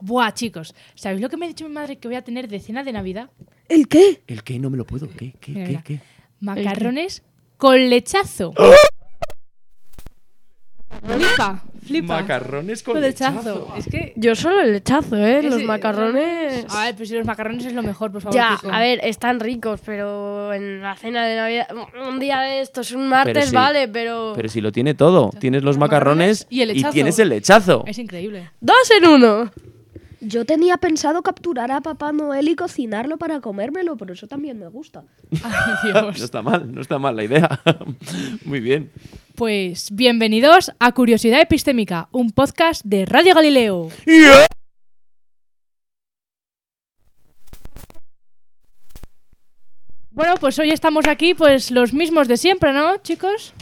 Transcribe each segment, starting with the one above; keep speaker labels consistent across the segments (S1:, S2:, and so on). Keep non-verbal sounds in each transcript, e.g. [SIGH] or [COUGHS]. S1: Buah, chicos, ¿sabéis lo que me ha dicho mi madre que voy a tener de cena de Navidad?
S2: ¿El qué?
S3: ¿El qué? No me lo puedo. ¿Qué? ¿Qué?
S1: Mira,
S3: ¿Qué?
S1: mira.
S3: ¿Qué?
S1: Macarrones con lechazo. flipa, flipa.
S3: Macarrones con
S1: con lechazo.
S3: lechazo.
S1: Es que.
S2: Yo solo el lechazo, ¿eh? Los
S1: ese-
S2: macarrones.
S1: A ver, pero si los macarrones es lo mejor, por favor.
S2: Ya,
S1: Kiko.
S2: a ver, están ricos, pero en la cena de Navidad. Un día de estos, un martes,
S3: sí.
S2: vale, pero.
S3: Pero si lo tiene todo. Tienes los macarrones
S1: Macarrones y el lechazo.
S3: tienes el lechazo.
S1: Es [LAUGHS] increíble.
S2: ¡Dos en uno!
S4: Yo tenía pensado capturar a Papá Noel y cocinarlo para comérmelo, pero eso también me gusta.
S1: Ay,
S3: No
S1: Dios.
S3: está mal, no está mal la idea. [LAUGHS] Muy bien.
S1: Pues bienvenidos a Curiosidad Epistémica, un podcast de Radio Galileo. Bueno, pues hoy estamos aquí, pues los mismos de siempre, ¿no, chicos?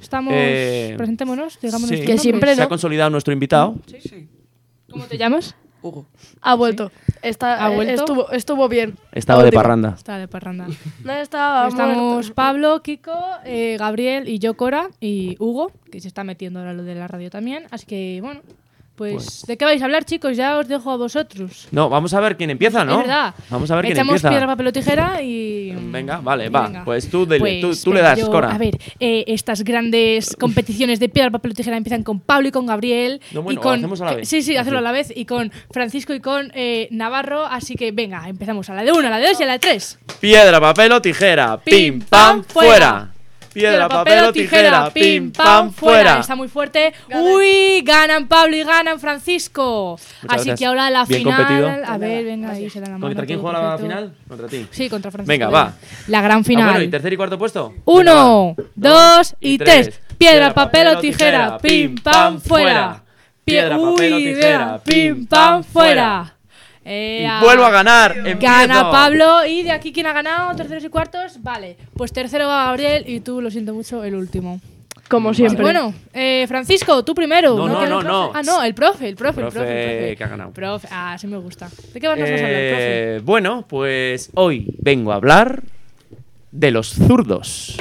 S1: Estamos.
S3: Eh,
S1: presentémonos, digamos.
S3: Sí.
S1: nuestros
S2: Que
S1: nombres.
S2: siempre
S3: Se ha
S2: ¿no?
S3: consolidado nuestro invitado.
S1: ¿Cómo te llamas?
S5: Hugo.
S2: Ha vuelto. Está,
S1: ¿Ha
S2: eh,
S1: vuelto?
S2: Estuvo, estuvo bien.
S3: Estaba de parranda.
S1: Está de parranda.
S2: No estaba
S1: Estamos
S2: muerto.
S1: Pablo, Kiko, eh, Gabriel y yo, Cora, y Hugo, que se está metiendo ahora lo de la radio también. Así que, bueno, pues, ¿de qué vais a hablar, chicos? Ya os dejo a vosotros.
S3: No, vamos a ver quién empieza, Ah, ¿no?
S1: Es verdad.
S3: Vamos a ver quién
S1: Echamos
S3: empieza.
S1: piedra, papel o tijera y.
S3: Venga, vale,
S1: y
S3: va. Pues tú dele, tú- tú le
S1: venga,
S3: das,
S1: yo-
S3: Cora.
S1: A ver, eh, estas grandes competiciones de piedra, papel o tijera empiezan con Pablo y con Gabriel.
S3: No, bueno,
S1: y con,
S3: hacemos a la vez.
S1: Sí, sí, hacerlo a
S3: Así.
S1: la vez. Y con Francisco y con eh, Navarro. Así que, venga, empezamos a la de uno, a la de dos y a la de tres.
S3: Piedra, papel o tijera. Pim, pam, fuera. Piedra, papel o tijera. Pim, pam, fuera.
S1: Está muy fuerte. Uy, ganan Pablo y ganan Francisco.
S3: Muchas
S1: Así
S3: gracias.
S1: que ahora la
S3: Bien
S1: final.
S3: competido.
S1: A ver, venga, ahí se dan la mano.
S3: ¿Contra quién
S1: todo,
S3: juega la
S1: perfecto.
S3: final? Contra ti.
S1: Sí, contra Francisco.
S3: Venga, va.
S1: La gran
S3: Ah,
S1: final.
S3: bueno, ¿y tercer y cuarto puesto?
S1: Uno,
S3: Venga, va.
S1: dos y tres. Piedra, papel o tijera. Pim, pam, fuera. Pie-
S3: Piedra, papel o
S1: Uy,
S3: tijera.
S1: vea, Pim, pam, fuera.
S3: Y
S1: Ea.
S3: vuelvo a ganar.
S1: Gana
S3: empiezo.
S1: Pablo y de aquí quién ha ganado, terceros y cuartos, vale. Pues tercero va Gabriel y tú, lo siento mucho, el último.
S2: Como siempre.
S1: Bueno, eh, Francisco, tú primero.
S3: No, no,
S1: Que el
S3: no,
S1: profe-
S3: no.
S1: Ah, no, el profe, el profe, el
S3: Profe
S1: profe. el profe.
S3: que ha ganado.
S1: Profe, ah, sí me gusta. ¿De qué nos vas a hablar, profe?
S3: Eh, bueno, pues hoy vengo a hablar de los zurdos.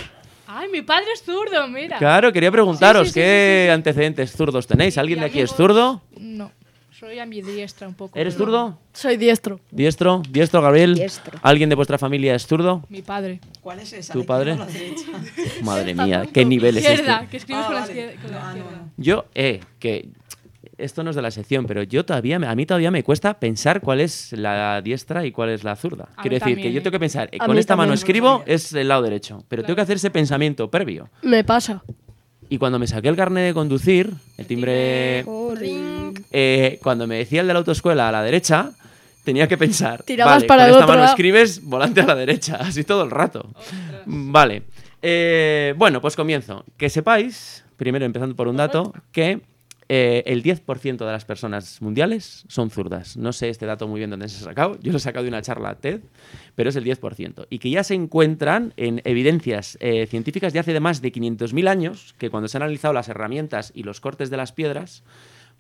S1: Ay, mi padre es zurdo, mira.
S3: Claro, quería preguntaros
S1: Ah. Sí, sí, sí,
S3: qué antecedentes zurdos tenéis. ¿Alguien de aquí es
S1: amigos.
S3: zurdo?
S1: No, soy ambidiestra un poco.
S3: ¿Eres
S1: pero
S3: zurdo?
S2: Soy diestro.
S3: ¿Diestro? ¿Diestro, Gabriel?
S4: Diestro.
S3: ¿Alguien de vuestra familia es
S1: [LAUGHS]
S3: zurdo?
S1: Mi padre.
S5: ¿Cuál es esa?
S3: ¿Tu
S5: ¿La
S3: padre?
S5: [LAUGHS] izquierda o la derecha?
S3: Madre mía, qué nivel es
S1: izquierda,
S3: este.
S1: que escribes
S5: Ah,
S1: con la
S5: vale.
S1: izquierda. con la
S5: Ah, no,
S1: izquierda.
S5: no.
S3: Yo, eh, que esto no es de la sección, pero yo todavía, me- a mí todavía me cuesta pensar cuál es la diestra y cuál es la zurda.
S1: A mí
S3: Quiero decir
S1: también,
S3: que yo
S1: eh.
S3: tengo que pensar, eh,
S2: A
S3: con
S2: mí
S3: esta mano
S2: también.
S3: escribo es el lado derecho, pero tengo que hacer ese pensamiento previo.
S2: Me pasa.
S3: Y cuando me saqué el carnet de conducir, el timbre... eh, cuando me decía el de la autoescuela a la derecha, tenía que pensar.
S2: Tirabas
S3: vale,
S2: para
S3: con
S2: el
S3: esta
S2: otro
S3: mano
S2: lado.
S3: escribes volante a la derecha, [LAUGHS] así todo el rato. Mm, Vale. Eh, bueno, pues comienzo. Que sepáis, primero empezando por un dato, que eh, el 10% de las personas mundiales son zurdas. No sé este dato muy bien dónde se ha sacado. Yo lo he sacado de una charla TED, pero es el 10%. Y que ya se encuentran en evidencias eh, científicas de hace de más de 500.000 años, que cuando se han analizado las herramientas y los cortes de las piedras,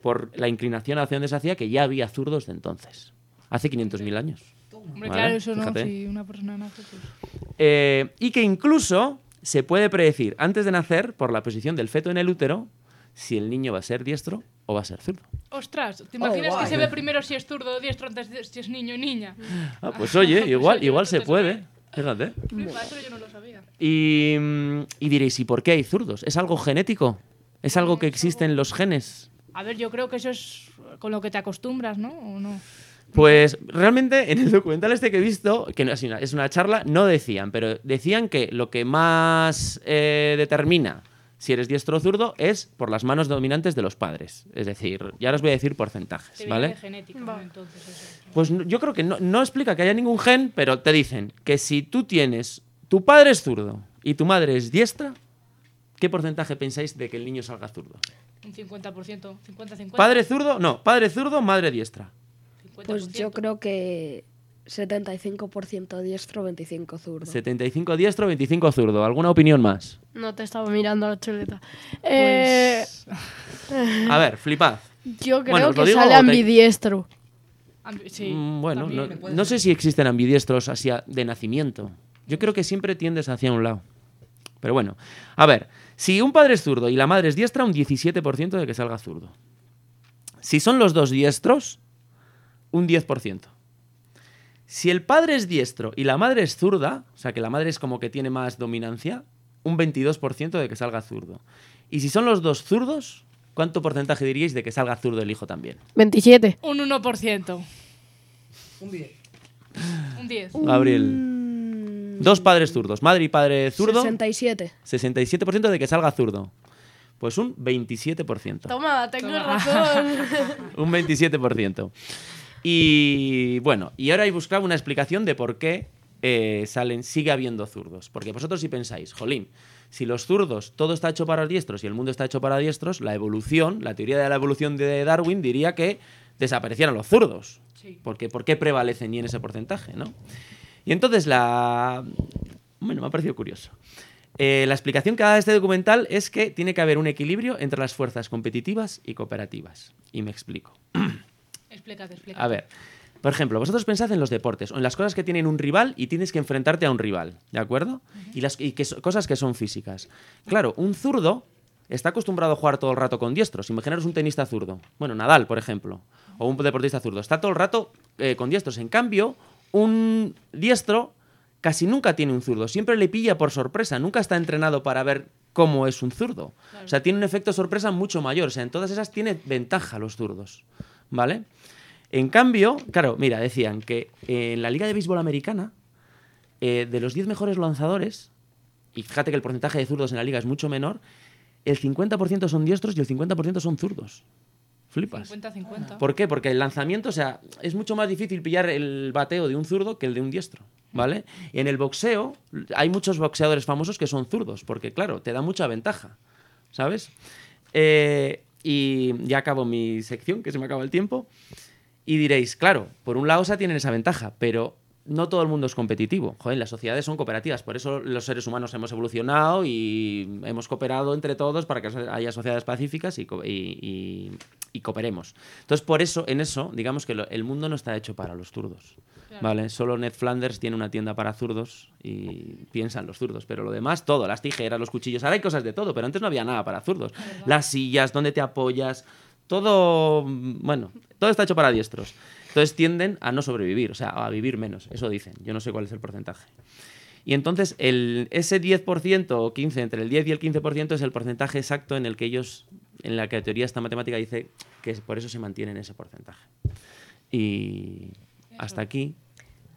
S3: por la inclinación hacia donde se hacía, que ya había zurdos de entonces. Hace 500.000 años.
S1: Hombre,
S3: Vale,
S1: claro, eso no,
S3: fíjate.
S1: si una persona nace, pues-
S3: Eh, y que incluso se puede predecir antes de nacer, por la posición del feto en el útero, si el niño va a ser diestro o va a ser zurdo.
S1: Ostras, ¿te imaginas que
S5: Oh, guay.
S1: se ve primero si es zurdo o diestro antes de si es niño o niña?
S3: Ah, pues oye,
S1: Pues
S3: igual,
S1: oye,
S3: igual
S1: tú
S3: se
S1: te
S3: puede. Fíjate.
S1: Flipa, eso yo no lo sabía.
S3: Y, mm, y diréis, ¿y por qué hay zurdos? ¿Es algo genético? ¿Es algo que existe en los genes?
S1: A ver, yo creo que eso es con lo que te acostumbras, ¿no? ¿O no?
S3: Pues realmente en el documental este que he visto, que no es una, es una charla, no decían, pero decían que lo que más eh, determina si eres diestro o zurdo es por las manos dominantes de los padres. Es decir, ya os voy a decir
S1: Te
S3: porcentajes,
S1: viene
S3: ¿vale?
S1: de genética, ¿no? Entonces eso.
S3: Pues no- yo creo que no, no explica que haya ningún gen, pero te dicen que si tú tienes, tu padre es zurdo y tu madre es diestra, ¿qué porcentaje pensáis de que el niño salga zurdo?
S1: Un 50%, 50-50.
S3: ¿Padre zurdo? No, padre zurdo, madre diestra.
S1: 50%.
S4: Pues yo creo que 75% diestro, 25% zurdo.
S3: 75 diestro, 25 zurdo. ¿Alguna opinión más?
S2: No te estaba mirando a la chuleta. Eh,
S1: Pues,
S3: A ver, flipad.
S2: yo creo
S3: bueno, ¿os lo
S2: que
S3: digo
S2: sale
S3: o te-
S2: ambidiestro.
S1: ambi- sí,
S3: Mm, bueno, no,
S1: también.
S3: no sé si existen ambidiestros hacia de nacimiento. Yo creo que siempre tiendes hacia un lado. Pero bueno, a ver, si un padre es zurdo y la madre es diestra, un 17% de que salga zurdo. Si son los dos diestros, un 10%. Si el padre es diestro y la madre es zurda, o sea que la madre es como que tiene más dominancia, un 22% de que salga zurdo. Y si son los dos zurdos, ¿cuánto porcentaje diríais de que salga zurdo el hijo también?
S2: 27.
S1: Un 1%. Un 10. Un 10.
S3: Gabriel.
S4: Mm,
S3: Dos padres zurdos, madre y padre zurdo,
S4: 67.
S3: 67% de que salga zurdo. Pues un 27%.
S2: Toma, tengo
S1: Toma.
S2: razón.
S3: Un 27%. Y bueno, y ahora he buscado una explicación de por qué eh, salen, sigue habiendo zurdos. Porque vosotros si pensáis, jolín, si los zurdos todo está hecho para los diestros y el mundo está hecho para diestros, la evolución, la teoría de la evolución de Darwin diría que desaparecieran los zurdos.
S1: Sí.
S3: Porque ¿por qué prevalecen y en ese porcentaje, no? Y entonces la... Bueno, me ha parecido curioso. Eh, la explicación que da este documental es que tiene que haber un equilibrio entre las fuerzas competitivas y cooperativas. Y me explico.
S1: Explícate, explícate.
S3: A ver, por ejemplo, vosotros pensad en los deportes o en las cosas que tienen un rival y tienes que enfrentarte a un rival, ¿de acuerdo? Y las y que so- cosas que son físicas. Claro, un zurdo está acostumbrado a jugar todo el rato con diestros. Imaginaros un tenista zurdo. Bueno, Nadal, por ejemplo, o un deportista zurdo. Está todo el rato eh, con diestros. En cambio, un diestro casi nunca tiene un zurdo. Siempre le pilla por sorpresa. Nunca está entrenado para ver cómo es un zurdo. O sea, tiene un efecto sorpresa mucho mayor. O sea, en todas esas tiene ventaja los zurdos. ¿Vale? En cambio, claro, mira, decían que eh, en la Liga de Béisbol Americana, eh, de los 10 mejores lanzadores, y fíjate que el porcentaje de zurdos en la liga es mucho menor, el 50% son diestros y el 50% son zurdos. Flipas.
S1: 50-50.
S3: pues. ¿Por qué? Porque el lanzamiento, o sea, es mucho más difícil pillar el bateo de un zurdo que el de un diestro, ¿vale? En el boxeo hay muchos boxeadores famosos que son zurdos, porque claro, te da mucha ventaja, ¿sabes? Eh, y ya acabo mi sección, que se me acaba el tiempo. Y diréis, claro, por un lado, o sea, tienen esa ventaja, pero no todo el mundo es competitivo. Joder, las sociedades son cooperativas, por eso los seres humanos hemos evolucionado y hemos cooperado entre todos para que haya sociedades pacíficas y, co- y- y- y cooperemos. Entonces, por eso, en eso, digamos que lo- el mundo no está hecho para los zurdos. ¿Vale? Solo Ned Flanders tiene una tienda para zurdos y piensan los zurdos, pero lo demás, todo, las tijeras, los cuchillos, ahora hay cosas de todo, pero antes no había nada para zurdos. Las sillas, dónde te apoyas, todo, mm, bueno, todo está hecho para diestros. Entonces tienden a no sobrevivir, o sea, a vivir menos, eso dicen. Yo no sé cuál es el porcentaje. Y entonces el, ese 10% o 15, entre el 10 y el 15% es el porcentaje exacto en el que ellos, en la que la teoría esta matemática dice que es- por eso se mantiene en ese porcentaje. Y hasta aquí.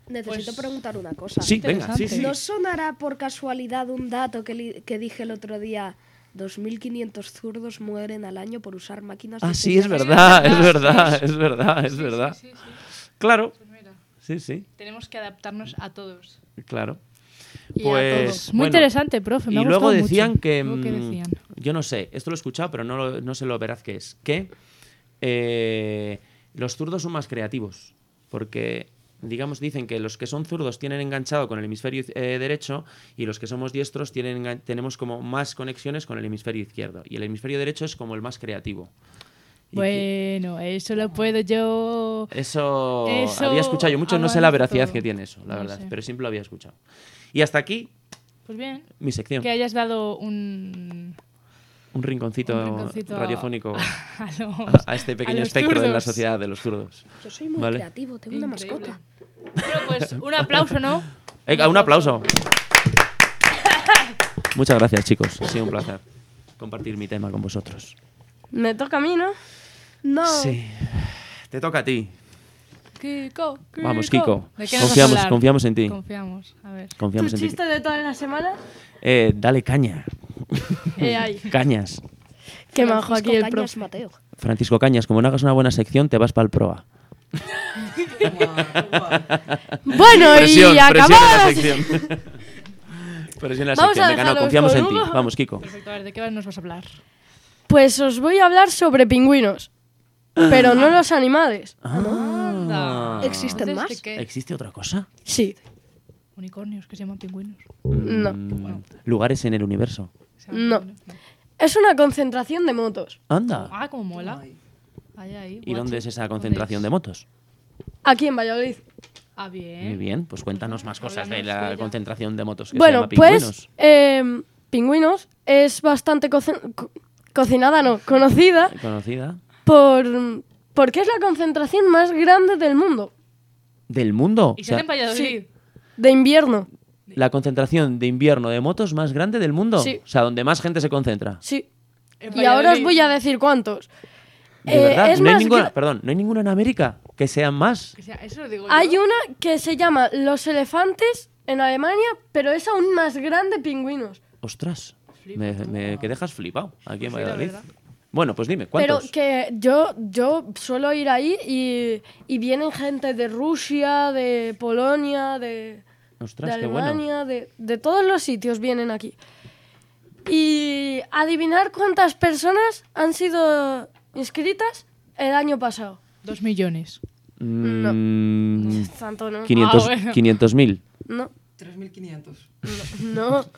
S4: Necesito
S1: Pues-
S4: preguntar una cosa.
S3: Sí, venga, sí, sí.
S4: ¿No sonará por casualidad un dato que, li- que dije el otro día? 2.500 zurdos mueren al año por usar máquinas
S3: Ah,
S4: de
S3: sí, es
S4: sellar.
S3: verdad, es verdad, es verdad, es verdad.
S1: Sí, sí, sí.
S3: Claro,
S1: Pues mira,
S3: sí, sí,
S1: tenemos que adaptarnos a todos.
S3: claro.
S2: Y a
S3: Pues
S1: Muy
S3: bueno,
S1: interesante, profe. Me
S3: Y
S1: ha
S3: luego
S1: gustado mucho.
S3: decían que.
S1: Luego, ¿qué
S3: mm,
S1: decían?
S3: Yo no sé, esto lo he escuchado, pero no, lo- no sé lo veraz que es. Que eh, los zurdos son más creativos. Porque, digamos, dicen que los que son zurdos tienen enganchado con el hemisferio eh, derecho y los que somos diestros tienen, engan- tenemos como más conexiones con el hemisferio izquierdo. Y el hemisferio derecho es como el más creativo. Y
S1: Pues,
S3: que-
S1: Bueno, eso lo puedo yo.
S3: eso,
S1: Eso
S3: había escuchado yo mucho, no sé la
S1: avanzo.
S3: veracidad que tiene eso, la
S1: No
S3: verdad,
S1: sé.
S3: pero siempre lo había escuchado. Y hasta aquí
S1: Pues bien,
S3: mi sección.
S1: que hayas dado un.
S3: Un rinconcito,
S1: un rinconcito
S3: radiofónico
S1: A,
S3: a,
S1: [LAUGHS] a los-
S3: a este
S1: a
S3: pequeño
S1: los
S3: espectro de la
S1: zurdos.
S3: sociedad de los zurdos.
S4: Yo soy muy
S3: Vale.
S4: creativo, tengo una
S1: Increíble.
S4: mascota.
S1: Bueno, pues un aplauso,
S3: [LAUGHS]
S1: ¿no?
S3: Venga, un aplauso. Muchas gracias, chicos. Ha sido un placer compartir mi tema con vosotros.
S2: [LAUGHS] Me toca a mí, ¿no?
S4: No,
S3: Sí. Te toca a ti.
S1: Kiko, Kiko.
S3: Vamos, Kiko.
S1: ¿De qué nos vas a
S3: Confiamos-
S1: hablar?
S3: confiamos en ti.
S1: Confiamos, a ver.
S3: Confiamos
S2: ¿Tu
S3: en ti.
S2: chiste de todas las semanas?
S3: Eh, dale caña.
S2: Eh, ahí.
S3: Cañas.
S2: Qué majo
S4: Francisco
S2: aquí el
S4: Cañas
S2: profe.
S4: Mateo.
S3: Francisco Cañas, como no hagas una buena sección, te vas para el proa.
S2: Bueno, y
S3: presión en la
S2: acabamos.
S3: sección. [LAUGHS] presión en la sección.
S2: Vamos a
S3: Venga, no,
S2: dejarlos
S3: confiamos
S2: con
S3: en ti.
S2: Hugo.
S3: Vamos, Kiko.
S1: Perfecto, a ver, ¿de qué nos vas a hablar?
S2: Pues os voy a hablar sobre pingüinos. Pero no los animales. Ah.
S1: Anda.
S4: ¿Existen
S1: Entonces,
S4: más?
S1: ¿de qué?
S3: ¿Existe otra cosa?
S2: Sí.
S1: Unicornios que se llaman pingüinos.
S2: No.
S3: Mm, Lugares en el universo.
S1: Se llaman
S2: No.
S1: pingüinos,
S2: Es una concentración de motos.
S3: Anda.
S1: Ah, como mola. Ahí, ahí,
S3: ¿Y
S1: guachi.
S3: dónde es esa concentración de motos?
S2: Aquí en Valladolid.
S1: Ah, bien.
S3: Muy bien, pues cuéntanos más cosas de
S1: Hablamos de
S3: la
S1: ella.
S3: concentración de motos que se
S2: Bueno,
S3: llama pingüinos.
S2: pues eh, pingüinos es bastante coce- co- cocinada, no, conocida
S3: Conocida.
S2: por, Porque es la concentración más grande del mundo.
S3: ¿Del mundo?
S1: Y
S3: O
S1: se
S3: sea,
S1: hace en Valladolid.
S2: De invierno.
S3: la concentración de invierno de motos más grande del mundo.
S2: Sí.
S3: O sea, donde más gente se concentra.
S2: Sí.
S1: En
S2: Y ahora os
S1: Valladolid. Pues
S2: voy a decir cuántos.
S3: De
S2: Eh,
S3: verdad,
S2: es
S3: no hay
S2: más
S3: ninguna,
S2: gra-
S3: perdón, no hay ninguna en América que sean más.
S1: O sea, eso lo digo
S2: Hay
S1: yo.
S2: una que se llama Los elefantes en Alemania, pero es aún más grande pingüinos.
S3: Ostras,
S1: Flipa,
S3: me-
S1: tú.
S3: me- que dejas flipado aquí en
S1: Sí, la
S3: Valladolid.
S1: verdad.
S3: Bueno, pues dime, ¿cuántos?
S2: Pero que yo, yo suelo ir ahí y, y vienen gente de Rusia, de Polonia, de,
S3: Ostras,
S2: de
S3: qué bueno.
S2: Alemania, de, de todos los sitios vienen aquí. Y adivinar cuántas personas han sido inscritas el año pasado.
S1: Dos millones.
S2: No.
S3: Mm,
S2: Tanto no.
S3: 500
S1: Ah, bueno.
S3: 500.000.
S2: No,
S5: 3.500.
S2: no. [LAUGHS]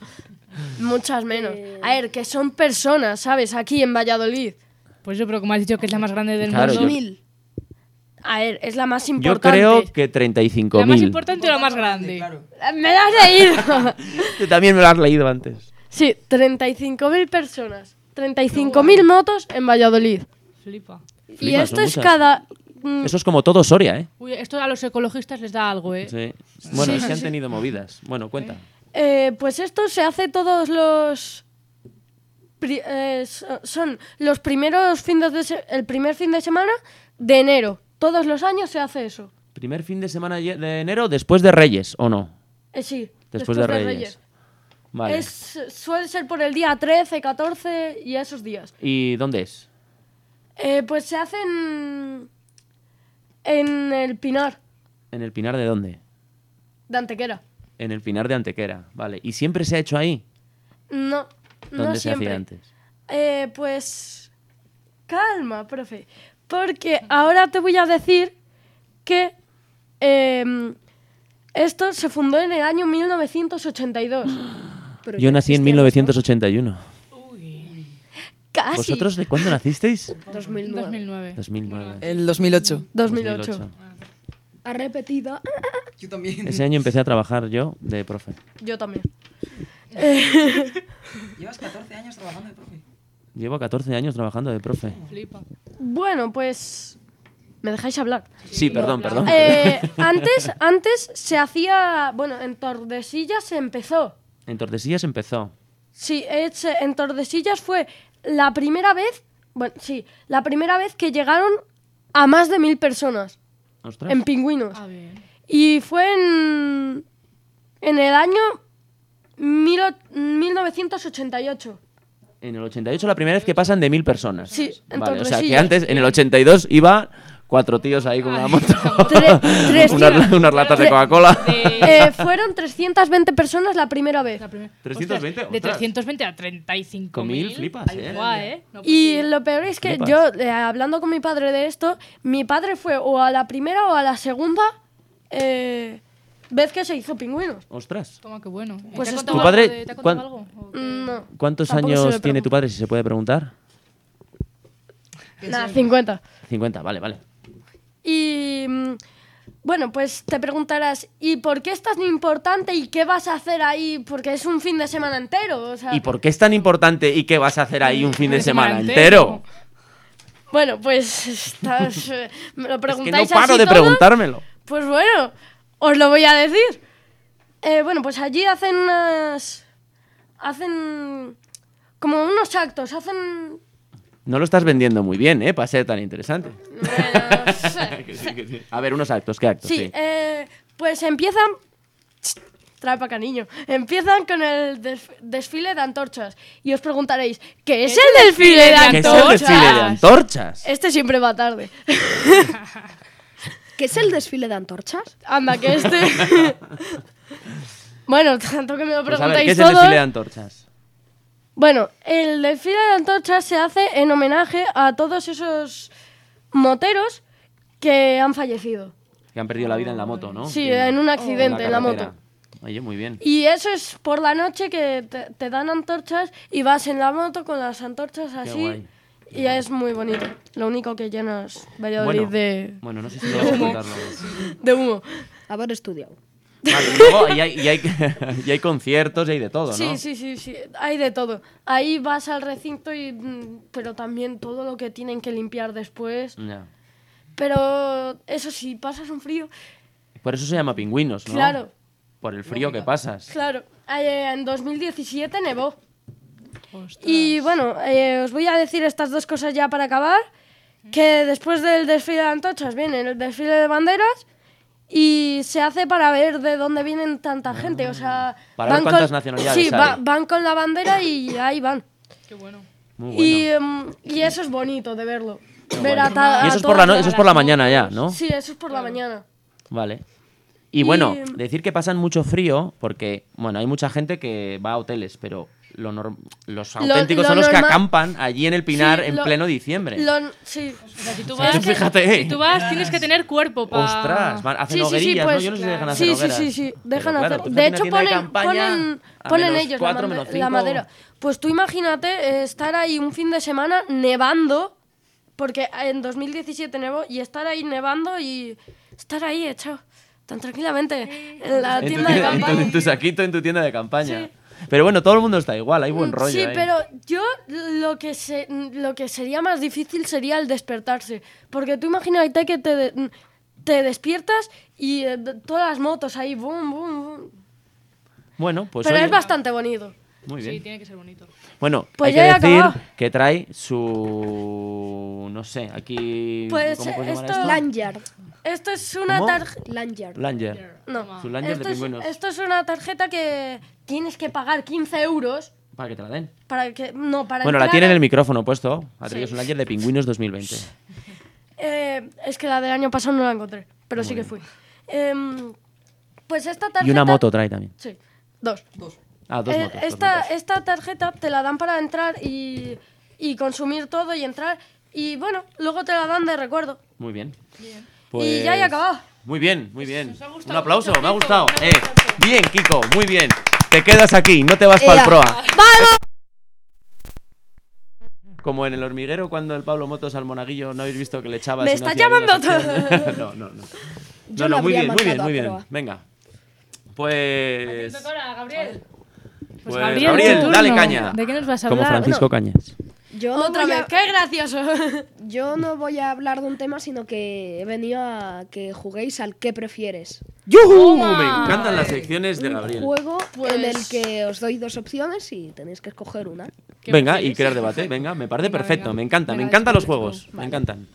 S2: Muchas menos. A ver, que son personas, ¿sabes? Aquí en Valladolid.
S1: Pues yo, pero como has dicho que es la más grande del
S3: Claro,
S1: mundo.
S3: yo-
S2: A ver, es la más
S3: Yo
S2: importante.
S3: creo que
S1: ¿La más
S3: 35.000.
S1: importante o la más grande?
S5: Claro.
S2: Eh, Me la has leído.
S3: [LAUGHS] Tú También me lo has leído antes.
S2: sí, 35.000 personas. 35.000 motos en Valladolid.
S1: Flipa.
S2: y
S3: Flipas,
S2: esto
S3: son
S2: es
S3: muchas.
S2: cada... mm,
S3: Eso es como todo Soria, ¿eh?
S1: Uy, esto a los ecologistas les da algo, ¿eh?
S3: Sí. Bueno,
S2: Sí,
S3: es que
S2: sí,
S3: han
S2: sí.
S3: tenido movidas. Bueno, cuenta.
S2: Eh, pues esto se hace todos los... pri- eh, so- son los primeros fines de se- el primer fin de semana de enero. Todos los años se hace eso.
S3: Primer fin de semana ye- de enero después de Reyes, ¿o no?
S2: Eh, sí.
S3: Después, de, Reyes. Vale.
S2: Es, suele ser por el día 13, 14 y esos días.
S3: ¿Y dónde es?
S2: Eh, pues se hacen en el Pinar
S3: ¿En el Pinar de dónde?
S2: de Antequera.
S3: En el Pinar de Antequera, vale. ¿Y siempre se ha hecho ahí?
S2: No,
S3: ¿Dónde
S2: no
S3: se
S2: siempre.
S3: hacía antes?
S2: Eh, pues calma, profe, porque ahora te voy a decir que em, esto se fundó en el año 1982.
S3: [GASPS]
S4: Pero
S3: Yo
S4: ya
S3: nací en
S4: existía
S3: 1981.
S2: Casi.
S3: ¿Vosotros de cuándo
S2: [LAUGHS]
S3: nacisteis?
S4: esto. 2009.
S1: 2009.
S3: 2009.
S5: El 2008.
S2: 2008.
S4: Ha repetido.
S5: Yo también.
S3: Ese año empecé a trabajar yo de profe.
S2: Yo también.
S5: Llevas 14 años trabajando de profe.
S3: Llevo 14 años trabajando de profe.
S1: Flipa.
S2: Bueno, pues me dejáis hablar.
S3: Sí, perdón, perdón. [LAUGHS]
S2: Eh, antes, antes se hacía, bueno, en Tordesillas se empezó.
S3: En Tordesillas empezó.
S2: Sí, es, eh, en Tordesillas fue la primera vez, bueno, sí, la primera vez que llegaron a más de mil personas
S3: Ostras.
S2: en pingüinos.
S1: A ver.
S2: Y fue en, en el año mil o- 1988.
S3: En el 88 la primera vez que pasan de mil personas.
S2: Sí, en
S3: vale, O sea, que
S2: Tordesillas.
S3: antes, en el 82, iba cuatro tíos ahí con una moto.
S2: Tre-
S3: [LAUGHS]
S2: tres
S3: unas,
S2: tíos.
S3: unas latas de
S2: Tre- [LAUGHS]
S3: Coca-Cola. [LAUGHS]
S1: De...
S2: Eh, fueron 320 personas la primera vez.
S1: la primera-
S3: 320,
S1: Ostras, de
S3: ostras.
S1: 320 a 35
S3: Comil, flipas, eh.
S1: Guau, ¿eh? No, pues
S2: Y
S1: sí.
S2: lo peor es que
S3: Flipas.
S2: yo, eh, hablando con mi padre de esto, mi padre fue o a la primera o a la segunda eh, vez que se hizo pingüinos.
S3: Ostras.
S1: Toma, qué bueno.
S2: Pues
S1: ¿Te ha
S2: es-
S1: contado
S3: ¿Tu padre
S1: algo de- ¿Te ha contado
S3: cuán-
S1: algo? ¿O qué?
S2: No.
S3: ¿Cuántos
S2: Tampoco se
S3: años
S2: lo
S3: tiene
S2: pregunto.
S3: tu padre, si se puede preguntar?
S2: Nada, 50.
S3: 50, vale, vale.
S2: Y mm, bueno, pues te preguntarás, ¿y por qué es tan importante y qué vas a hacer ahí? Porque es un fin de semana entero. O sea,
S3: ¿Y por qué es tan importante y qué vas a hacer ahí un fin de
S1: Una semana
S3: semana entero?
S1: entero.
S2: Bueno, pues [LAUGHS] estás, eh, me lo
S3: Es que no
S2: preguntáis
S3: paro
S2: así
S3: de
S2: todo,
S3: preguntármelo.
S2: Pues bueno, os lo voy a decir. Eh, bueno, pues allí hacen unas... Hacen como unos actos, hacen...
S3: No lo estás vendiendo muy bien, ¿eh? Para ser tan interesante.
S2: bueno, no
S3: [LAUGHS]
S2: sé.
S3: Que sí, que sí. A ver, unos actos, ¿qué actos?
S2: Sí, eh, pues empiezan. Ch, Trae para acá, niño. Empiezan con el desf- desfile de antorchas. Y os preguntaréis, ¿qué es el desfile de
S3: ¿Qué es el
S2: antorchas?
S3: desfile de antorchas?
S2: Este siempre va tarde.
S4: ¿Qué es el desfile de antorchas?
S2: Anda, que
S3: [LAUGHS]
S2: este. bueno, tanto que me lo
S3: Pues a ver,
S2: preguntáis
S3: ¿qué es el
S2: todos.
S3: desfile de antorchas?
S2: Bueno, el desfile de antorchas se hace en homenaje a todos esos moteros que han fallecido.
S3: Que han perdido la vida Oh, en la moto, ¿no?
S2: Sí,
S3: Entiendo.
S2: en un accidente, en la moto.
S3: carretera. Oye, muy bien.
S2: Y eso es por la noche que te, te dan antorchas y vas en la moto con las antorchas así.
S3: guay.
S2: Y es muy bonito. Lo único que llenas Valladolid
S3: Bueno,
S2: de,
S3: bueno, no sé si me vas a contarlo.
S2: [LAUGHS] de humo.
S4: Haber estudiado.
S3: Vale, y luego ahí hay, y hay, [LAUGHS] y hay conciertos y hay de todo, ¿no?
S2: Sí, sí, sí, sí. Hay de todo. Ahí vas al recinto, y, mm, pero también todo lo que tienen que limpiar después.
S3: Ya.
S2: Pero eso sí, pasas un frío.
S3: Por eso se llama pingüinos, ¿no?
S2: Claro.
S3: Por el frío que pasas.
S2: Claro, eh, en 2017 nevó.
S3: Ah.
S2: Y bueno, eh, os voy a decir estas dos cosas ya para acabar. Que después del desfile de antochas viene el desfile de banderas y se hace para ver de dónde vienen tanta gente. O sea,
S3: Ah. Para ver
S2: van
S3: cuántas nacionalidades
S2: Sí, va-
S3: hay.
S2: van con la bandera y ahí van.
S1: Qué bueno.
S3: Muy bueno.
S2: Y, em, y eso es bonito de verlo. Ver a ta-
S3: Y
S2: a
S3: eso es por la, no-
S2: todos.
S3: eso es por la mañana ya, ¿no?
S2: Sí, eso es por la mañana.
S3: Vale. Y
S2: Y- em,
S3: bueno, decir que pasan mucho frío, porque, bueno, hay mucha gente que va a hoteles, pero lo norm- los
S2: Lo-
S3: auténticos
S2: lo
S3: son los que
S2: normal-
S3: acampan allí en el Pinar
S2: Sí,
S3: en
S2: lo-
S3: pleno diciembre.
S2: Lo- sí.
S1: O sea, si tú
S3: sea,
S1: vas,
S3: [LAUGHS] tú fíjate, eh.
S1: si tú vas tienes que tener cuerpo para...
S3: Ostras, van- hacen
S2: Sí, sí, sí,
S3: hoguerillas, ¿no?
S2: pues,
S3: Yo no sé si
S1: claro.
S3: dejan hacer
S2: Sí, sí,
S3: hogueras.
S2: sí, sí,
S3: Pero
S2: dejan
S3: claro,
S2: hacer.
S3: tú haces
S2: De
S3: una
S2: hecho,
S3: tienda de
S2: ponen,
S3: campaña
S2: ponen,
S3: a
S2: ponen
S3: menos
S2: ellos
S3: cuatro,
S2: la, made-
S3: menos
S2: la
S3: cinco.
S2: madera. Pues tú imagínate eh, estar ahí un fin de semana nevando, porque en 2017 nevó, y estar ahí nevando y estar ahí echado tan tranquilamente en la
S3: En tu,
S2: tienda
S3: tienda-
S2: de
S3: en tu-
S2: campaña.
S3: en tu saquito, en tu tienda de campaña. Pero bueno, todo el mundo está igual, hay buen
S2: Mm,
S3: rollo. ¿eh?
S2: Sí,
S3: ahí.
S2: pero yo lo que, se- lo que sería más difícil sería el despertarse. Porque tú imagínate que te, de- te despiertas y eh, de- todas las motos ahí, boom, boom, boom.
S3: Bueno, pues
S2: pero
S3: oye,
S2: es bastante bonito.
S3: muy bien.
S1: Sí, tiene que ser bonito.
S3: Bueno,
S2: Pues
S3: hay
S2: ya he
S3: que decir
S2: acabado.
S3: que trae su... no sé, aquí...
S2: Pues,
S3: ¿Cómo
S2: eh,
S3: puedes llamar a
S2: esto-
S3: esto?
S4: Lanyard.
S2: Esto es una
S3: ¿Cómo?
S2: tarjeta...
S4: Lanyard.
S3: Langer.
S2: No,
S3: Su lanyard de
S2: esto es,
S3: pingüinos.
S2: esto es una tarjeta que tienes que pagar 15 euros
S3: Para que te la den.
S2: para que... No, para
S3: Bueno, la
S2: entrar
S3: tiene en
S2: a-
S3: el micrófono puesto. Ha traído
S2: Sí.
S3: su Langer de Pingüinos 2020.
S2: Eh, es que la del año pasado no la encontré, pero sí que fui. Em, pues esta tarjeta...
S3: Y una moto trae también.
S2: Sí, dos.
S5: Dos.
S3: Ah, dos
S2: Eh,
S3: motos. dos
S2: esta,
S3: motos.
S2: esta tarjeta te la dan para entrar y, y consumir todo y entrar. Y bueno, luego te la dan de recuerdo.
S3: Muy bien.
S2: Y ya he
S3: Pues
S2: acabado.
S3: Muy bien, muy bien.
S1: ha gustado
S3: Un aplauso,
S1: mucho,
S3: me ha
S1: Kiko,
S3: gustado.
S1: un
S3: Eh, bien, Kiko, muy bien. Te quedas aquí, no te vas para
S4: Ea.
S3: el proa. Como en el hormiguero cuando el Pablo Motos al monaguillo no habéis visto que le echaba.
S2: Me
S3: si no
S2: está
S3: hacía bien
S2: llamando
S3: la
S2: todo.
S3: sección. [LAUGHS] no, no, no.
S4: Yo
S3: no,
S4: no
S3: no, muy
S4: habría
S3: bien, muy bien,
S4: mandado a
S3: muy bien.
S4: proa.
S3: Venga. Pues.
S1: Gabriel.
S3: Pues,
S1: Pues
S3: Gabriel,
S1: Gabriel, tu turno.
S3: dale caña.
S1: ¿De qué nos vas a
S3: Como
S1: hablar?
S3: Francisco Cañas.
S4: Yo no
S2: Otra
S4: voy a-
S2: vez, qué gracioso.
S4: Yo no voy a hablar de un tema, sino que he venido a que juguéis al que prefieres.
S3: ¡Yuhu! ¡Oh, Me encantan las secciones de Gabriel.
S4: Juego en el
S2: Pues-
S4: que os doy dos opciones y tenéis que escoger una.
S1: ¿Qué
S3: Venga, y
S1: prefieres? [LAUGHS]
S3: crear debate. Venga, me parece
S1: Venga,
S3: perfecto.
S1: venga.
S3: Me encanta, me
S1: Venga,
S3: encantan los
S1: let's go,
S3: juegos.
S1: let's
S3: Me encantan.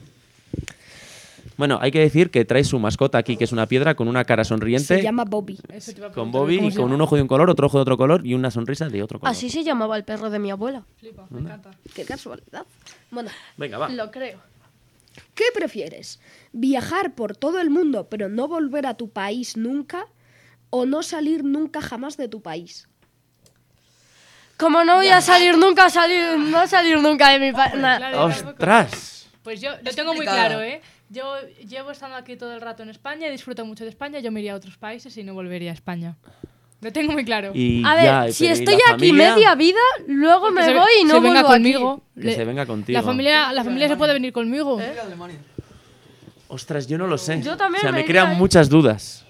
S3: Bueno, hay que decir que trae su mascota aquí, que es una piedra con una cara
S4: Se
S3: sonriente,
S4: llama Bobby.
S1: Eso te iba a
S3: con
S1: preguntar,
S3: Bobby
S1: ¿cómo
S3: y
S1: se
S3: con
S1: llama?
S3: un ojo de un color, otro ojo de otro color y una sonrisa de otro color.
S2: Así se llamaba el perro de mi abuela.
S1: Flipa, me encanta.
S4: Qué casualidad. Bueno,
S3: Venga, va.
S2: Lo creo.
S4: ¿qué prefieres? ¿Viajar por todo el mundo pero no volver a tu país nunca? ¿O no salir nunca jamás de tu país?
S2: Como no voy a salir nunca, salir, no salir nunca de mi país.
S1: Claro,
S3: ¡Ostras!
S1: Pues yo lo tengo muy
S5: complicado.
S1: claro, ¿eh? Yo llevo estando aquí todo el rato en España, disfruto mucho de España, yo me iría a otros países y no volvería a España. Lo tengo muy claro.
S3: Y
S2: A
S3: ya,
S2: ver, si
S3: pero ¿y la
S2: estoy aquí
S3: familia?
S2: media vida, luego
S1: Que
S2: me
S1: se ve-
S2: voy y no
S1: se venga
S2: vuelvo aquí.
S1: conmigo.
S3: Que se venga contigo.
S1: La familia, la familia se puede venir conmigo.
S2: ¿Eh?
S5: Ir a Alemania.
S3: Ostras, yo no lo sé.
S2: Yo también
S3: O sea, me
S2: me
S3: crean
S2: iría, ¿eh?
S3: muchas dudas.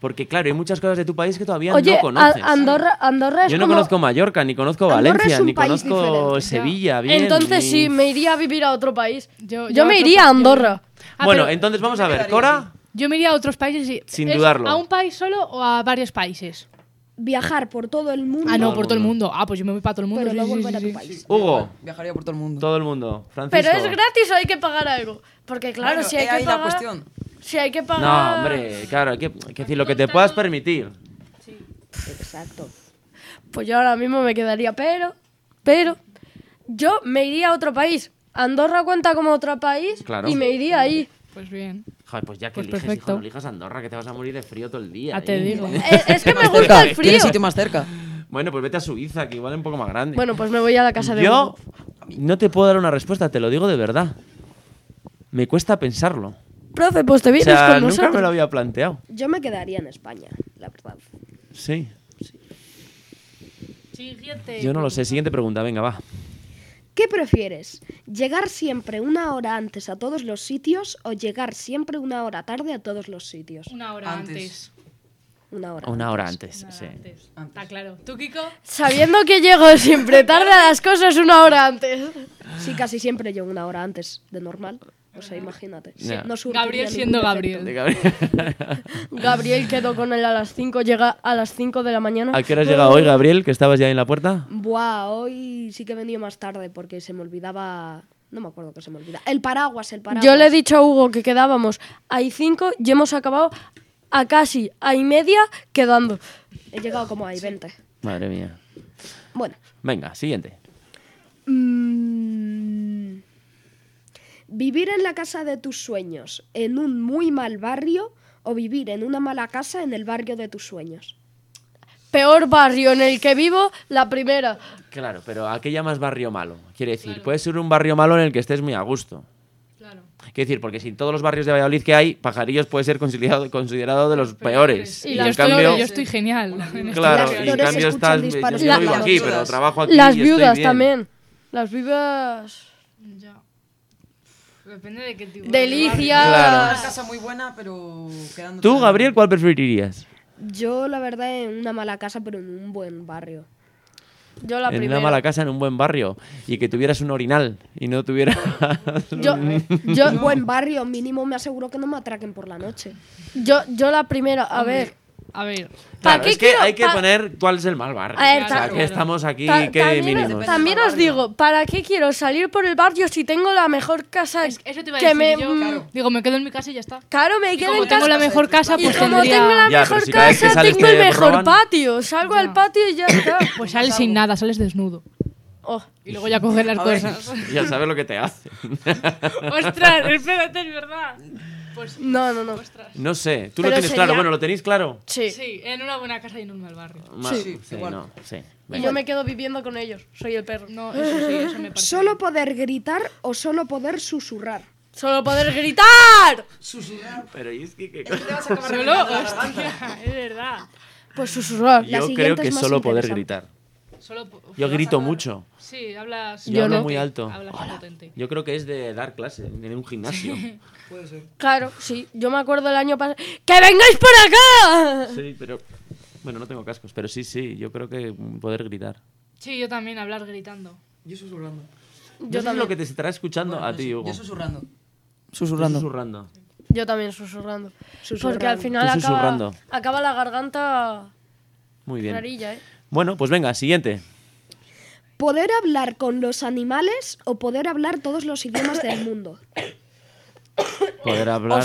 S3: Porque, claro, hay muchas cosas de tu país que todavía
S2: Oye,
S3: no
S2: a-
S3: conoces.
S2: Andorra, Andorra es
S3: yo no
S2: como-
S3: conozco Mallorca, ni conozco
S4: Andorra es
S3: Valencia,
S4: un
S3: ni
S4: país
S3: conozco
S4: diferente,
S3: Sevilla. Bien,
S2: Entonces
S3: ni-
S2: sí, me iría a vivir a otro país.
S1: Yo-
S2: Yo,
S1: yo a
S2: me
S1: otro
S2: iría a
S1: país.
S2: Andorra.
S1: Ah,
S3: bueno,
S1: pero
S3: entonces vamos
S5: Yo
S3: a
S5: me
S3: ver,
S5: quedaría
S3: Cora.
S1: yo me iría a otros países. y-
S3: Sin
S1: ¿es
S3: dudarlo.
S1: ¿A un país solo o a varios países?
S4: Viajar por todo el mundo.
S1: Ah, no,
S3: Todo el
S1: por todo el
S3: mundo.
S1: mundo. Ah, pues yo me voy para todo el mundo.
S4: Pero
S1: sí,
S4: no
S1: sí,
S4: volver
S1: sí,
S4: a tu
S1: sí.
S4: país.
S3: Hugo,
S5: Viajaría por todo el mundo.
S3: todo el mundo. Francisco.
S2: Pero es gratis o hay que pagar algo. Porque claro,
S5: Bueno,
S2: si hay
S5: he
S2: que
S5: ahí la
S2: pagar...
S5: cuestión.
S2: Si hay que pagar...
S3: No, hombre, claro, hay que, hay que decir lo que te puedas permitir.
S4: Exacto.
S2: Pues yo ahora mismo me quedaría, pero... Pero... Yo me iría a otro país. Andorra cuenta como otro país
S3: Claro.
S2: y me iría ahí.
S1: Pues bien.
S3: Joder, pues ya que
S1: Pues
S3: eliges, hijo,
S1: perfecto.
S3: no elijas Andorra, que te vas a morir de frío todo el día.
S1: Ya te
S3: ¿eh?
S1: digo.
S2: Eh,
S3: [LAUGHS]
S2: es que
S3: Este
S2: me gusta el frío.
S5: Tiene sitio más cerca.
S3: Bueno, pues vete a Suiza, que igual es un poco más grande.
S2: Bueno, pues me voy a la casa de
S3: Yo
S2: Hugo.
S3: no te puedo dar una respuesta, te lo digo de verdad. Me cuesta pensarlo.
S2: Profe, pues te
S3: O
S2: vienes
S3: sea,
S2: con
S3: nunca
S2: nosotros.
S3: me lo había planteado.
S4: Yo me quedaría en España, la verdad.
S3: Sí.
S1: Siguiente.
S3: Yo no lo sé. Siguiente pregunta, venga, va.
S4: ¿Qué prefieres? ¿Llegar siempre una hora antes a todos los sitios o llegar siempre una hora tarde a todos los sitios?
S1: Una hora antes.
S5: Antes.
S4: Una hora.
S3: Una hora antes.
S1: pues, Una hora
S3: sí.
S1: antes. Está claro. ¿Tú, Kiko?
S2: Sabiendo que llego siempre tarde a las cosas una hora antes.
S4: Sí, casi siempre llego una hora antes de normal. O sea, imagínate.
S3: Ya.
S4: No surtiría
S1: Gabriel
S4: ningún
S1: siendo
S4: efecto.
S3: De
S1: Gabriel.
S2: [LAUGHS]
S3: Gabriel.
S2: Gabriel quedó con él a las 5, llega a las 5 de la mañana.
S3: ¿A qué hora has llegado hoy, Gabriel? ¿Que estabas ya en la puerta?
S4: Buah, hoy sí que he venido más tarde porque se me olvidaba. No me acuerdo que se me olvida. El paraguas, el paraguas.
S2: Yo le he dicho a Hugo que quedábamos a y 5 y hemos acabado a casi a y media quedando.
S4: He llegado como ahí, 20.
S3: Madre mía.
S4: Bueno.
S3: Venga, siguiente.
S4: Mm. vivir en la casa de tus sueños, en un muy mal barrio, o vivir en una mala casa en el barrio de tus sueños.
S2: Peor barrio en el que vivo, la primera.
S3: Claro, pero ¿a qué llamas barrio malo? Quiere decir, puede ser un barrio malo en el que estés muy a gusto.
S1: Claro.
S3: Quiero decir, porque si todos los barrios de Valladolid que hay, Pajarillos puede ser considerado, considerado de los peores.
S1: Y, yo,
S3: en
S1: estoy, yo estoy genial. en este
S3: claro,
S4: Las
S3: y en
S4: flores
S3: cambio
S4: escuchan
S3: estás.
S4: disparos
S3: Yo no
S2: de
S3: vivo
S2: las
S3: aquí,
S5: viudas.
S3: pero trabajo aquí.
S2: Las
S3: y estoy
S2: viudas
S3: bien.
S2: también. Las viudas
S1: Ya. Depende de qué tipo.
S2: delicias.
S5: Una casa muy buena, pero quedando.
S3: ¿Tú, Gabriel, cuál preferirías?
S4: Yo, la verdad, en una mala casa, pero en un buen barrio.
S2: Yo la
S3: en
S2: primera.
S3: una mala casa, en un buen barrio. Y que tuvieras un orinal y no tuvieras. [LAUGHS]
S2: Yo, yo,
S4: Un buen barrio, mínimo me aseguro que no me atraquen por la noche.
S2: yo, yo la primera. A ver.
S1: A ver.
S2: ¿Para
S3: Claro,
S2: qué
S3: es que
S2: quiero-
S3: hay que
S2: pa-
S3: poner cuál es el mal barrio.
S2: A ver,
S3: o sea,
S2: ta-
S3: que ¿eh? estamos aquí,
S2: Ta-
S3: qué mínimos.
S2: también, también os digo, ¿para qué quiero salir por el barrio si tengo la mejor casa?
S1: Eso te iba a
S2: que
S1: decir
S2: me, mm,
S1: yo. Digo, me quedo en mi casa y ya está.
S2: Claro, me quedo
S1: Como
S2: en
S1: tengo
S2: casa.
S1: la mejor casa,
S2: y
S1: pues
S2: como
S1: tendría-
S2: tengo la
S3: Ya, pero
S2: mejor
S3: si cada vez que
S2: casa,
S3: sales
S2: tengo el
S3: te
S2: mejor
S3: roban.
S2: patio. Salgo al patio
S3: [COUGHS]
S2: y ya está.
S1: Pues sales sin nada, sales desnudo.
S2: Oh,
S1: Y luego ya coges las
S5: A ver.
S1: cosas.
S2: [LAUGHS]
S3: Ya sabes lo que te hace.
S1: Ostras, espérate, es verdad. Pues
S2: no, no, no.
S3: No sé. Tú lo
S2: Pero
S3: tienes
S2: sería-
S3: claro. Bueno, ¿lo tenéis claro?
S2: Sí.
S1: sí, en una buena casa y en un mal barrio.
S3: Ma-
S5: Sí, igual.
S3: no, sí.
S2: Y yo me quedo viviendo con ellos. Soy el perro.
S1: No, eso sí, eso me parece.
S4: Solo poder gritar o solo poder susurrar.
S2: Solo poder gritar.
S5: Susurrar.
S3: Pero es que... que-
S5: Es que te vas
S2: [LAUGHS]
S5: a acabar
S1: Solo,
S5: reventando la garganta.
S1: hostia, es verdad.
S2: Pues susurrar.
S4: La
S3: Yo
S4: siguiente
S3: creo
S4: es
S3: que
S4: más
S3: solo poder
S4: interesante.
S3: gritar.
S1: Solo po-
S3: Yo
S1: vas a
S3: grito
S1: acabar-
S3: mucho.
S1: Sí, hablas.
S3: Yo
S1: potente,
S3: hablo muy alto.
S1: Hablas
S3: Hola.
S1: potente.
S3: Yo creo que es de dar clase, de un gimnasio.
S5: Puede ser.
S2: Claro, sí. Yo me acuerdo el año pasado. ¡Que vengáis por acá!
S3: Sí, pero... Bueno, no tengo cascos, pero sí, sí, yo creo que poder gritar.
S1: Sí, yo también hablar gritando.
S5: Yo susurrando.
S3: Yo sé lo que te estará escuchando
S5: Bueno,
S3: a
S5: yo
S3: ti,
S5: su-
S3: Hugo.
S5: Yo susurrando.
S3: Susurrando.
S2: Yo también susurrando. Porque al final
S3: Tú susurrando.
S2: acaba, acaba la garganta
S3: Muy bien.
S2: rarilla, ¿eh?
S3: Bueno, pues venga, siguiente.
S4: Poder hablar con los animales o poder hablar todos los idiomas del mundo.
S3: Poder hablar...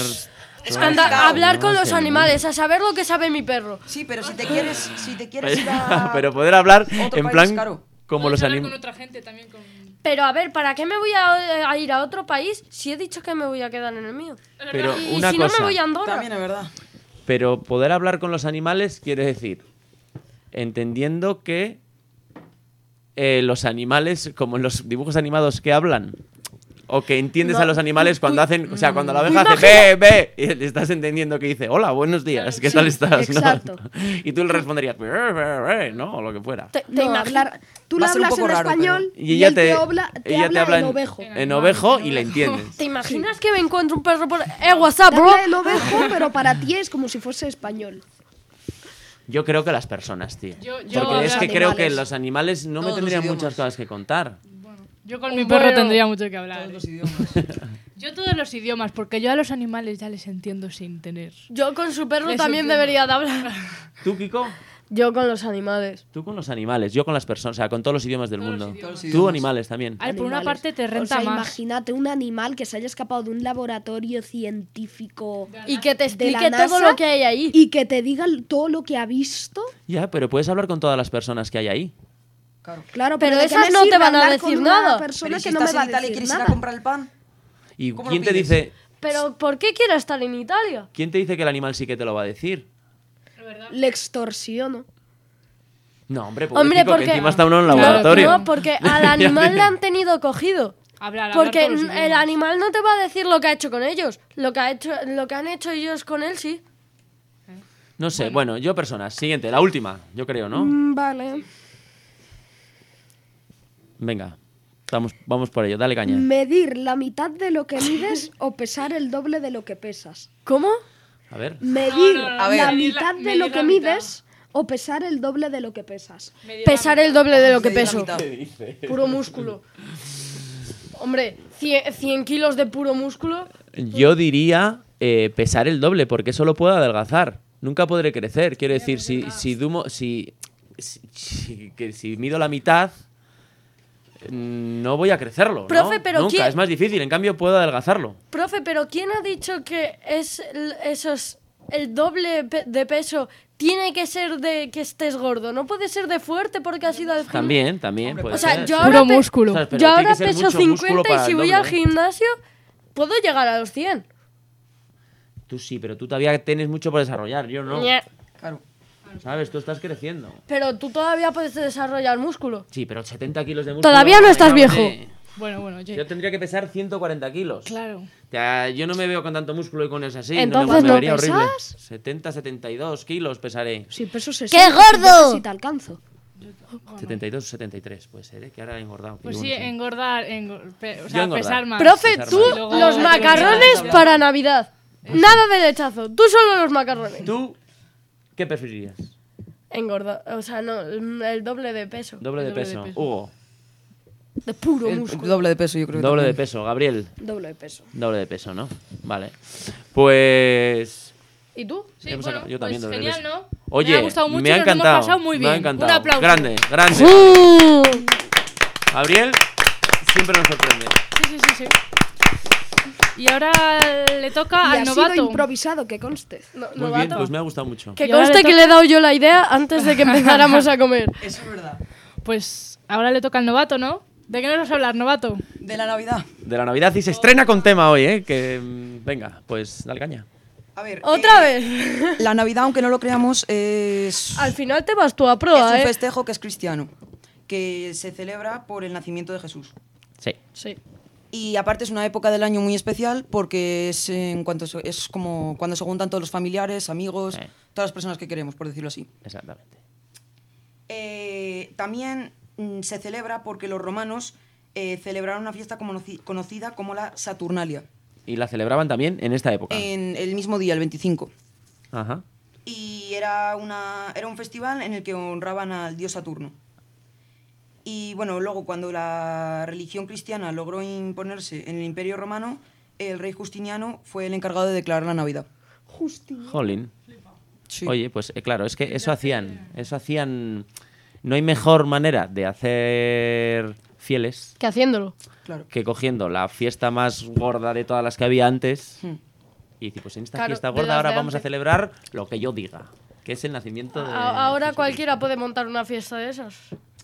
S2: Anda, hablar con los
S3: Sí.
S2: animales, a saber lo que sabe mi perro.
S5: Sí, pero si te quieres, si te quieres ir
S3: [LAUGHS]
S5: a...
S3: [LAUGHS] pero poder hablar
S5: Otro
S3: en
S5: país,
S3: plan
S5: claro.
S3: como
S1: Puedes
S3: los
S1: hablar con
S3: animales...
S1: otra gente también con.
S2: Pero a ver, ¿para qué me voy a, a ir a otro país si he dicho que me voy a quedar en el mío?
S3: Pero
S2: Y
S3: una
S2: si no
S3: cosa...
S2: me voy a Andorra.
S5: También es verdad.
S3: Pero poder hablar con los animales quiere decir, entendiendo que eh, los animales, como en los dibujos animados que hablan, o que entiendes a los animales cuando hacen, o sea, cuando
S4: mm,
S3: la oveja hace ve, ve, y le estás entendiendo que dice, hola, buenos días, ¿qué tal estás? ¿no?
S4: exacto.
S3: [LAUGHS] Y tú le responderías, "Ve, ve, ve", ¿no? O lo que fuera.
S2: Te, te
S4: No,
S2: imagino-
S4: hablar- tú
S5: Va
S4: le
S5: a ser un
S4: hablas en
S5: poco raro,
S4: español
S3: Y ella
S4: él
S3: te,
S4: habla, te
S3: ella
S4: habla en ovejo.
S3: en ovejo y le entiendes.
S2: ¿Te imaginas que me encuentro un perro por... ¡Eh, WhatsApp,
S4: Te
S2: bro!
S4: habla en ovejo, pero para ti es como si fuese español.
S3: Yo creo que las personas, tío.
S1: Yo- yo
S3: Porque es
S1: hablar-
S3: que creo que
S4: Animales.
S3: los animales no me
S5: Todos los
S3: tendrían
S5: idiomas.
S3: muchas cosas que contar.
S1: Yo con mi perro
S2: Bueno.
S1: tendría mucho que hablar. eh.
S5: Todos los idiomas.
S1: Yo todos los idiomas, porque yo a los animales ya les entiendo sin tener.
S2: Yo con su perro
S1: Les
S2: también
S1: entiendo.
S2: debería de hablar. [LAUGHS]
S3: ¿Tú, Kiko?
S2: Yo con los animales.
S3: Tú con los animales, yo con las personas, o sea, con todos los idiomas del
S1: Todos los
S3: mundo.
S1: idiomas.
S5: Todos los
S3: Tú
S5: idiomas.
S3: animales también.
S1: A ver, por una
S4: Animales.
S1: parte te
S4: O
S1: renta
S4: sea,
S1: más.
S4: imagínate un animal que se haya escapado de un laboratorio científico
S2: Y que te
S4: de la
S2: explique todo
S4: NASA
S2: lo que hay ahí.
S4: y que te diga todo lo que ha visto.
S3: Ya, pero puedes hablar con todas las personas que hay ahí.
S5: Claro.
S4: Claro,
S2: Pero
S4: pero, ¿de qué
S2: esas
S4: me
S2: no te
S4: sirve
S2: van a
S4: hablar con
S2: decir
S4: una
S2: nada.
S4: persona
S5: Pero si
S4: que no me
S5: estás
S4: va a
S5: en Italia y
S4: decir
S5: quieres ir a
S4: nada.
S5: comprar el pan,
S3: ¿Y
S5: ¿Cómo lo
S3: quién te
S5: pides?
S3: dice,
S2: Pero ¿por qué quiero estar en Italia?
S3: quién te dice que el animal sí que te lo va a decir?
S4: Le extorsiono.
S3: No, hombre, porque,
S2: Hombre, porque...
S3: que encima está uno en el
S2: Claro,
S3: laboratorio.
S2: No,
S3: [LAUGHS]
S2: porque al animal le han tenido cogido.
S1: Hablar, hablar
S2: Porque
S1: todos los
S2: n- el
S1: idiomas.
S2: animal no te va a decir lo que ha hecho con ellos. Lo que, ha hecho, lo que han hecho ellos con él, sí.
S3: No sé, bueno. yo personas. Siguiente, la última, yo creo, ¿no?
S2: Mm.
S4: vale.
S3: Venga, vamos, vamos por ello, dale
S2: Mm.
S3: caña.
S4: Medir la mitad de lo
S2: [LAUGHS]
S4: que mides o pesar el doble de lo que pesas.
S2: ¿Cómo?
S3: A ver.
S4: Medir
S1: no, no,
S5: A
S4: la
S5: ver.
S1: medir la-
S4: mitad de
S1: medir
S4: lo
S1: la
S4: que
S1: mitad.
S4: mides o pesar el doble de lo que pesas.
S1: Medio
S2: [LAUGHS] Pesar el doble de lo que
S5: medir la
S2: peso.
S5: mitad.
S2: Puro músculo. Hombre, 100, 100 kilos de puro músculo.
S3: Yo diría eh, pesar el doble, porque solo puedo adelgazar. Nunca podré crecer. Quiero decir, si, si, dumo- si, si- si- que si mido la mitad, mm, no voy a crecerlo. ¿no?
S2: Profe, pero
S3: Nunca,
S2: ¿quién-
S3: es más difícil. En cambio, puedo adelgazarlo.
S2: Profe, pero ¿quién ha dicho que es el- esos el doble pe- de peso tiene que ser de que estés gordo? No puede ser de fuerte porque has ido al gimnasio.
S3: También, también. puede
S2: O sea,
S3: ser,
S2: yo
S3: sí.
S2: ahora,
S1: Puro
S2: pe-
S1: músculo.
S3: Pero
S2: yo
S3: tiene
S2: ahora
S3: que ser
S2: peso
S3: mucho músculo
S2: 50 y
S3: para
S2: si
S3: el
S2: voy
S3: doble,
S2: al
S3: ¿eh?
S2: gimnasio puedo llegar a los 100.
S3: Tú sí, pero tú todavía tienes mucho por desarrollar. Yo no.
S2: Ñe.
S5: Claro.
S3: ¿Sabes? Tú estás creciendo.
S2: Pero tú todavía puedes desarrollar músculo.
S3: Sí, pero 70 kilos de músculo.
S2: Todavía no estás
S3: venga,
S2: viejo.
S3: hombre.
S1: Bueno, bueno, oye,
S3: Yo tendría que pesar 140 kilos.
S1: claro.
S3: Ya, yo no me veo con tanto músculo y con eso así.
S2: Entonces
S3: no me,
S2: no
S3: me vería horrible.
S4: pesas.
S3: 70, 72 kilos pesaré.
S4: Si peso 60,
S2: ¡Qué gordo!
S4: Si te alcanzo.
S3: 72 o 73, puede ser, ¿eh? que ahora he engordado. que
S1: Pues
S3: yo
S1: sí,
S3: no sé.
S1: engordar, engor- pe- o
S3: Yo
S1: sea,
S3: engordar.
S1: pesar más.
S2: Profe,
S3: César
S2: tú
S3: Manuel.
S1: Luego-
S2: los macarrones
S1: Luego-
S2: para Navidad. Nada de lechazo, tú solo los macarrones.
S3: ¿Tú qué preferirías?
S2: Engorda, o sea, no, el doble de peso.
S3: Doble de
S1: Doble de
S3: peso.
S1: peso.
S3: Hugo,
S2: De puro
S5: El
S2: músculo.
S5: doble de peso, yo creo. que
S3: doble de
S5: también.
S3: peso. Gabriel,
S4: Doble de peso.
S3: doble de peso, ¿no? Vale. Pues.
S2: ¿Y tú?
S1: Sí,
S3: hemos
S1: bueno,
S3: acabado- yo también
S1: pues
S3: doble de
S1: genial,
S3: peso.
S1: ¿no?
S3: Oye,
S1: me ha gustado mucho,
S3: me ha
S1: nos lo hemos
S3: encantado.
S1: pasado muy bien.
S3: Me ha encantado.
S1: Un aplauso.
S3: Grande, grande.
S1: [LAUGHS]
S3: Gabriel, siempre nos sorprende.
S1: Sí, sí, sí, sí. Y ahora le toca
S4: Y
S2: Ah,
S1: al
S4: ha
S1: novato.
S4: sido improvisado, que conste.
S2: No,
S3: Muy bien,
S2: novato.
S3: pues me ha gustado mucho.
S2: Que
S1: Y ahora
S2: conste
S1: le
S2: que le he dado yo la idea antes de que empezáramos a comer.
S5: Eso es verdad.
S1: Pues ahora le toca al novato, ¿no? ¿De qué nos vas a hablar, novato?
S5: De la Navidad.
S3: De la Navidad y se estrena con tema hoy, ¿eh? Que. mm, Venga, pues dale caña.
S5: A ver.
S2: Otra
S5: eh,
S2: vez.
S5: La Navidad, aunque no lo creamos, es.
S2: Al final te vas tú a
S4: Ah,
S5: Es
S2: proa,
S5: un
S2: ¿eh?
S5: festejo que es cristiano, que se celebra por el nacimiento de Jesús.
S3: Sí.
S2: Sí.
S5: Y aparte es una época del año muy especial porque es, en cuanto se- es como cuando se juntan todos los familiares, amigos,
S3: Eh.
S5: todas las personas que queremos, por decirlo así.
S3: Exactamente.
S5: Eh, también mm, se celebra porque los romanos eh, celebraron una fiesta conoci- conocida como la Saturnalia,
S3: Y la celebraban también en esta época.
S5: en el mismo día, el 25.
S3: Ajá.
S5: y era, una, era un festival en el que honraban al dios Saturno. Y bueno, luego cuando la religión cristiana logró imponerse en el Imperio Romano, el rey Justiniano fue el encargado de declarar la Navidad.
S3: Jolín.
S5: Sí.
S3: Oye, pues eh, claro, es que eso hacían, eso hacían. No hay mejor manera de hacer fieles
S2: Que haciéndolo.
S5: Claro.
S3: que cogiendo la fiesta más gorda de todas las que había antes
S5: Hmm.
S3: y decir, pues en esta
S2: Claro,
S3: fiesta
S2: de
S3: gorda
S2: las
S3: ahora
S2: de
S3: vamos a
S2: antes.
S3: celebrar lo que yo diga, que es el nacimiento de.
S2: A- Ahora
S3: Jesucristo.
S2: cualquiera puede montar una fiesta de esas.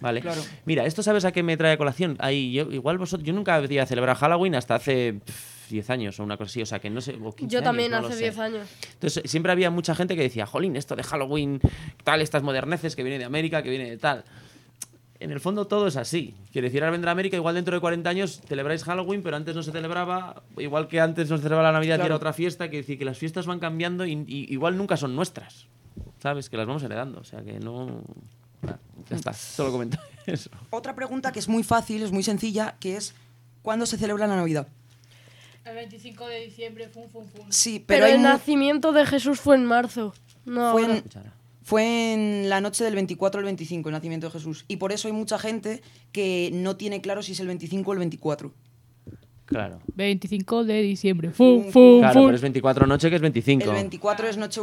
S3: Vale.
S5: Claro.
S3: Mira, esto sabes a qué me trae a colación. Ahí, yo, igual vosotros, yo nunca había celebrado Halloween hasta hace pff, 10 años o una cosa así, o sea que no sé. o 15
S2: Yo también
S3: años, no lo
S2: hace
S3: sé.
S2: 10 años.
S3: Entonces eh, siempre había mucha gente que decía, jolín, esto de Halloween, tal, estas moderneces que viene de América, que viene de tal. En el fondo todo es así. Quiero decir, ahora vendrá América, igual dentro de 40 años celebráis Halloween, pero antes no se celebraba, igual que antes no se celebraba la Navidad y
S5: Claro.
S3: era otra fiesta. Quiero decir, que las fiestas van cambiando y, y igual nunca son nuestras. ¿Sabes? Que las vamos heredando. O sea, que no... nada, ya está, solo comento [LAUGHS] eso.
S5: Otra pregunta que es muy fácil, es muy sencilla, que es ¿cuándo se celebra la Navidad?
S1: El 25 de diciembre, fum, fum, fum.
S5: Sí, pero,
S2: Pero,
S5: hay
S2: el
S5: mu-
S2: nacimiento de Jesús fue en marzo. No,
S5: fue,
S2: ahora.
S5: en,
S3: Escuchara.
S5: fue en la noche del 24 al 25, el nacimiento de Jesús. Y por eso hay mucha gente que no tiene claro si es el 25 o el 24.
S3: Claro.
S1: 25 de diciembre. Fum, fum,
S3: Claro,
S1: fum.
S3: pero es 24 noche que es 25.
S5: El 24 es noche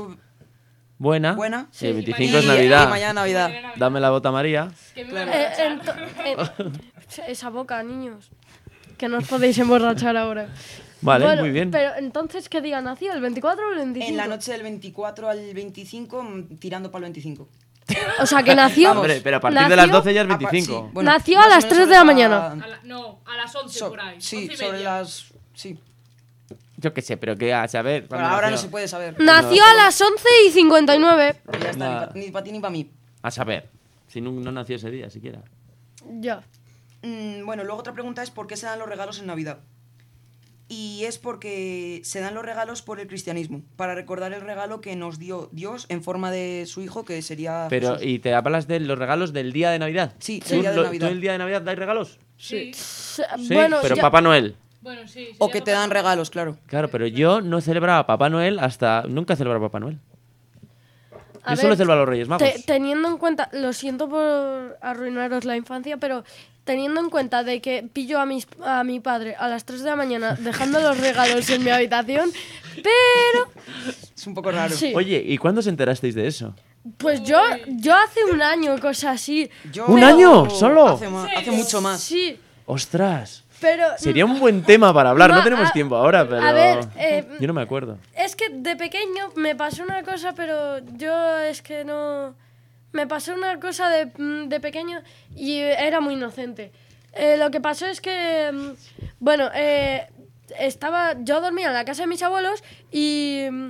S3: Buena.
S5: buena.
S3: Y Ah. el
S1: Sí,
S3: 25 es
S5: y-
S3: Navidad.
S5: y mañana Navidad.
S3: Dame la bota María.
S1: Que me
S5: Claro.
S1: van a
S2: Eh, ento- eh, esa boca, niños. Que no os podéis emborrachar ahora.
S3: Vale,
S2: Bueno,
S3: muy bien.
S2: Pero entonces, ¿qué día nació? ¿El 24 o el 25?
S5: En la noche del 24 al 25, mm, tirando para el 25.
S2: O sea, que nació.
S3: Hombre, pero a partir de
S2: nació-
S3: las 12 ya es
S5: A par-
S3: 25.
S5: sí,
S2: Nació
S5: más
S2: a
S5: o
S2: las
S5: menos
S2: 3 de
S5: sobre
S2: la mañana.
S1: A la- no, a las 11
S5: so-
S1: por ahí.
S5: sí,
S1: 11 y
S5: sobre
S1: media.
S5: las... Sí,
S3: Yo qué sé, pero que a saber.
S5: Pero
S3: cuándo
S5: ahora no
S3: nació.
S5: se puede saber.
S2: Nació a las 11 y 59.
S5: Ya está,
S3: Nada.
S5: ni para ti ni para mí.
S3: A saber. Si no, no nació ese día siquiera.
S2: Ah, Ya.
S5: Mm, bueno, luego otra pregunta es por qué se dan los regalos en Navidad. Y es porque se dan los regalos por el cristianismo, para recordar el regalo que nos dio Dios en forma de su hijo, que
S2: pues
S5: sería...
S3: Pero,
S5: Jesús.
S3: ¿y te hablas de los regalos del día de Navidad?
S5: Sí,
S3: ¿Tú
S5: del día de
S3: lo-
S5: Navidad.
S3: ¿Tú el día de Navidad dais regalos?
S1: Sí.
S2: Sí,
S3: Sí,
S2: Ah, bueno,
S3: pero
S2: ya-
S3: Papá Noel.
S1: Bueno, sí.
S5: O
S1: sería
S5: que te
S1: papá.
S5: dan regalos, claro.
S3: Claro, pero yo no celebraba a Papá Noel hasta. Nunca he celebrado a Papá Noel.
S2: A
S3: yo
S2: ver,
S3: solo celebro a los Reyes Magos.
S2: te- teniendo en cuenta, lo siento por arruinaros la infancia, pero teniendo en cuenta de que pillo a, mis, a mi padre a las 3 de
S3: [LAUGHS]
S2: la mañana dejando los regalos en mi habitación, pero
S5: Es un poco raro.
S2: Sí.
S3: Oye, ¿y cuándo os enterasteis de eso?
S2: pues yo, yo hace un año, cosa así.
S5: Yo-
S3: ¿Un año solo?
S5: Hace, ma- hace mucho más.
S2: Sí,
S3: ¡Ostras!
S2: pero...
S3: Sería un buen tema para hablar. No
S2: Ma-
S3: tenemos
S2: Mm. a-
S3: tiempo ahora, pero.
S2: a ver, eh,
S3: Yo no me acuerdo.
S2: Es que de pequeño me pasó una cosa, pero yo es que no... Me pasó una cosa de, mm, de pequeño y era muy inocente. Eh, lo que pasó es que, mm, bueno, eh, estaba, yo dormía en la casa de mis abuelos y, mm,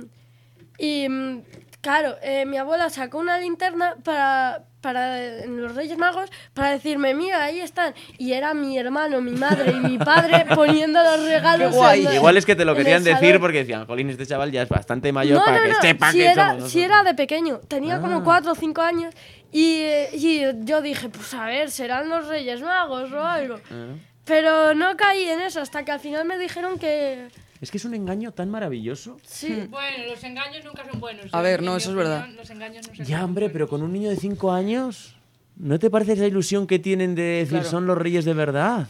S2: y mm, claro, eh, mi abuela sacó una linterna para, para eh, en los Reyes Magos para decirme, mira, ahí están. Y era mi hermano, mi madre y mi
S5: [LAUGHS]
S2: padre poniendo los regalos.
S5: Qué guay.
S2: en la-
S3: Igual es que te lo
S2: en el
S3: querían decir
S2: salón.
S3: porque decían, Jolín, este chaval ya es bastante mayor para que sepa
S2: si
S3: que
S2: era,
S3: somos
S2: si
S3: nosotros".
S2: era de pequeño, tenía
S3: Ah.
S2: como 4 o 5 años y, eh, y yo dije, pues a ver, serán los Reyes Magos o algo.
S3: Ah.
S2: Pero no caí en eso hasta que al final me dijeron que...
S3: Es que es un engaño tan maravilloso.
S2: Sí,
S1: Bueno, los engaños nunca son buenos.
S5: A ¿eh? ver, no, En mi eso es verdad. opinión,
S1: Los engaños no
S3: Ya, hombre, pero con un niño de 5 años, ¿no te parece esa ilusión que tienen de decir
S5: Claro.
S3: son los reyes de verdad?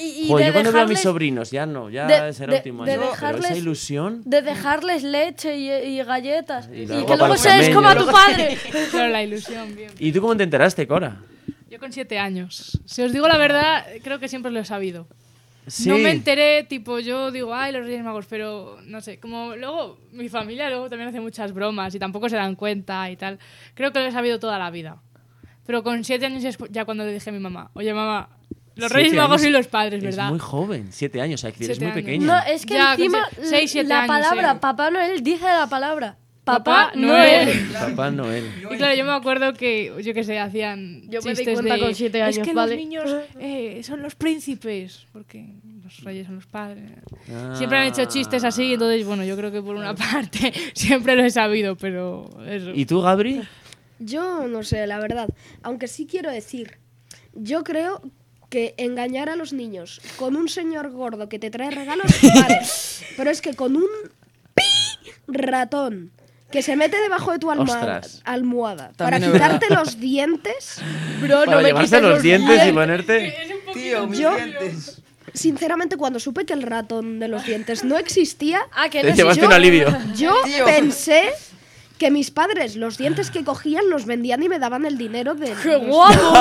S2: y, y
S3: Jo,
S2: de,
S3: yo cuando veo a mis
S2: dejarles-
S3: sobrinos, ya no, ya
S2: de-
S3: será
S2: de-
S3: último
S2: de
S3: año. Pero esa
S2: dejarles-
S3: ilusión.
S2: de dejarles leche y, y galletas.
S3: Y
S2: Y,
S3: luego
S2: que luego
S3: pan
S2: se
S3: con
S2: les coma a
S3: meño. [LAUGHS]
S2: tu padre.
S1: [LAUGHS] Pero la ilusión, bien.
S3: ¿Y tú cómo te enteraste, Cora?
S1: Yo con siete años. Si os digo la verdad, creo que siempre lo he sabido.
S3: Sí.
S1: No me enteré, tipo, yo digo, ay, los Reyes Magos, pero no sé, como luego mi familia luego también hace muchas bromas y tampoco se dan cuenta y tal. Creo que lo he sabido toda la vida. Pero con siete años es cu- ya cuando le dije a mi mamá, oye mamá, los
S3: Siete
S1: Reyes Magos
S3: años
S1: y los padres,
S3: es
S1: ¿verdad?
S3: muy joven, siete años, o sea, que eres
S1: Siete
S3: muy
S1: años.
S3: pequeña.
S2: No, es que
S1: Ya, con
S2: encima
S1: se- seis, siete
S2: la
S1: años,
S2: palabra
S1: sí.
S2: Papá Noel dice la palabra
S1: Papá
S2: Papá,
S1: Noel.
S2: Noel.
S3: Papá Noel.
S1: Y claro, yo me acuerdo que, yo qué sé, hacían.
S2: Yo me di
S1: chistes
S2: cuenta
S1: de,
S2: con siete
S1: Es
S2: años,
S1: que
S2: ¿vale?"
S1: los niños eh, son los príncipes, porque los reyes son los padres.
S3: Ah.
S1: Siempre han hecho chistes así, entonces, bueno, yo creo que por una parte [LAUGHS] siempre lo he sabido, pero. Eso.
S3: ¿Y tú, Gabri?
S4: Yo no sé, la verdad. Aunque sí quiero decir, yo creo que engañar a los niños con un señor gordo que te trae
S2: [LAUGHS]
S4: regalos, vale. Pero es que con un pi ratón que se mete debajo de tu almohada,
S3: Ostras.
S4: almohada para
S5: También es verdad.
S4: quitarte los
S3: [LAUGHS]
S4: dientes,
S2: Bro,
S3: Para llevarse
S2: quites
S3: los dientes y
S2: dientes.
S3: ponerte.
S5: Tío, mis
S4: Yo-
S5: dientes.
S4: sinceramente cuando supe que el ratón de los dientes no existía,
S2: Ah, que
S3: Te
S2: no sé,
S3: llevaste
S2: yo-
S3: un alivio.
S4: yo
S5: Tío.
S4: pensé que mis padres los dientes que cogían los vendían y me daban el dinero de...
S2: ¡Qué
S3: [LAUGHS]
S2: guapo!
S5: de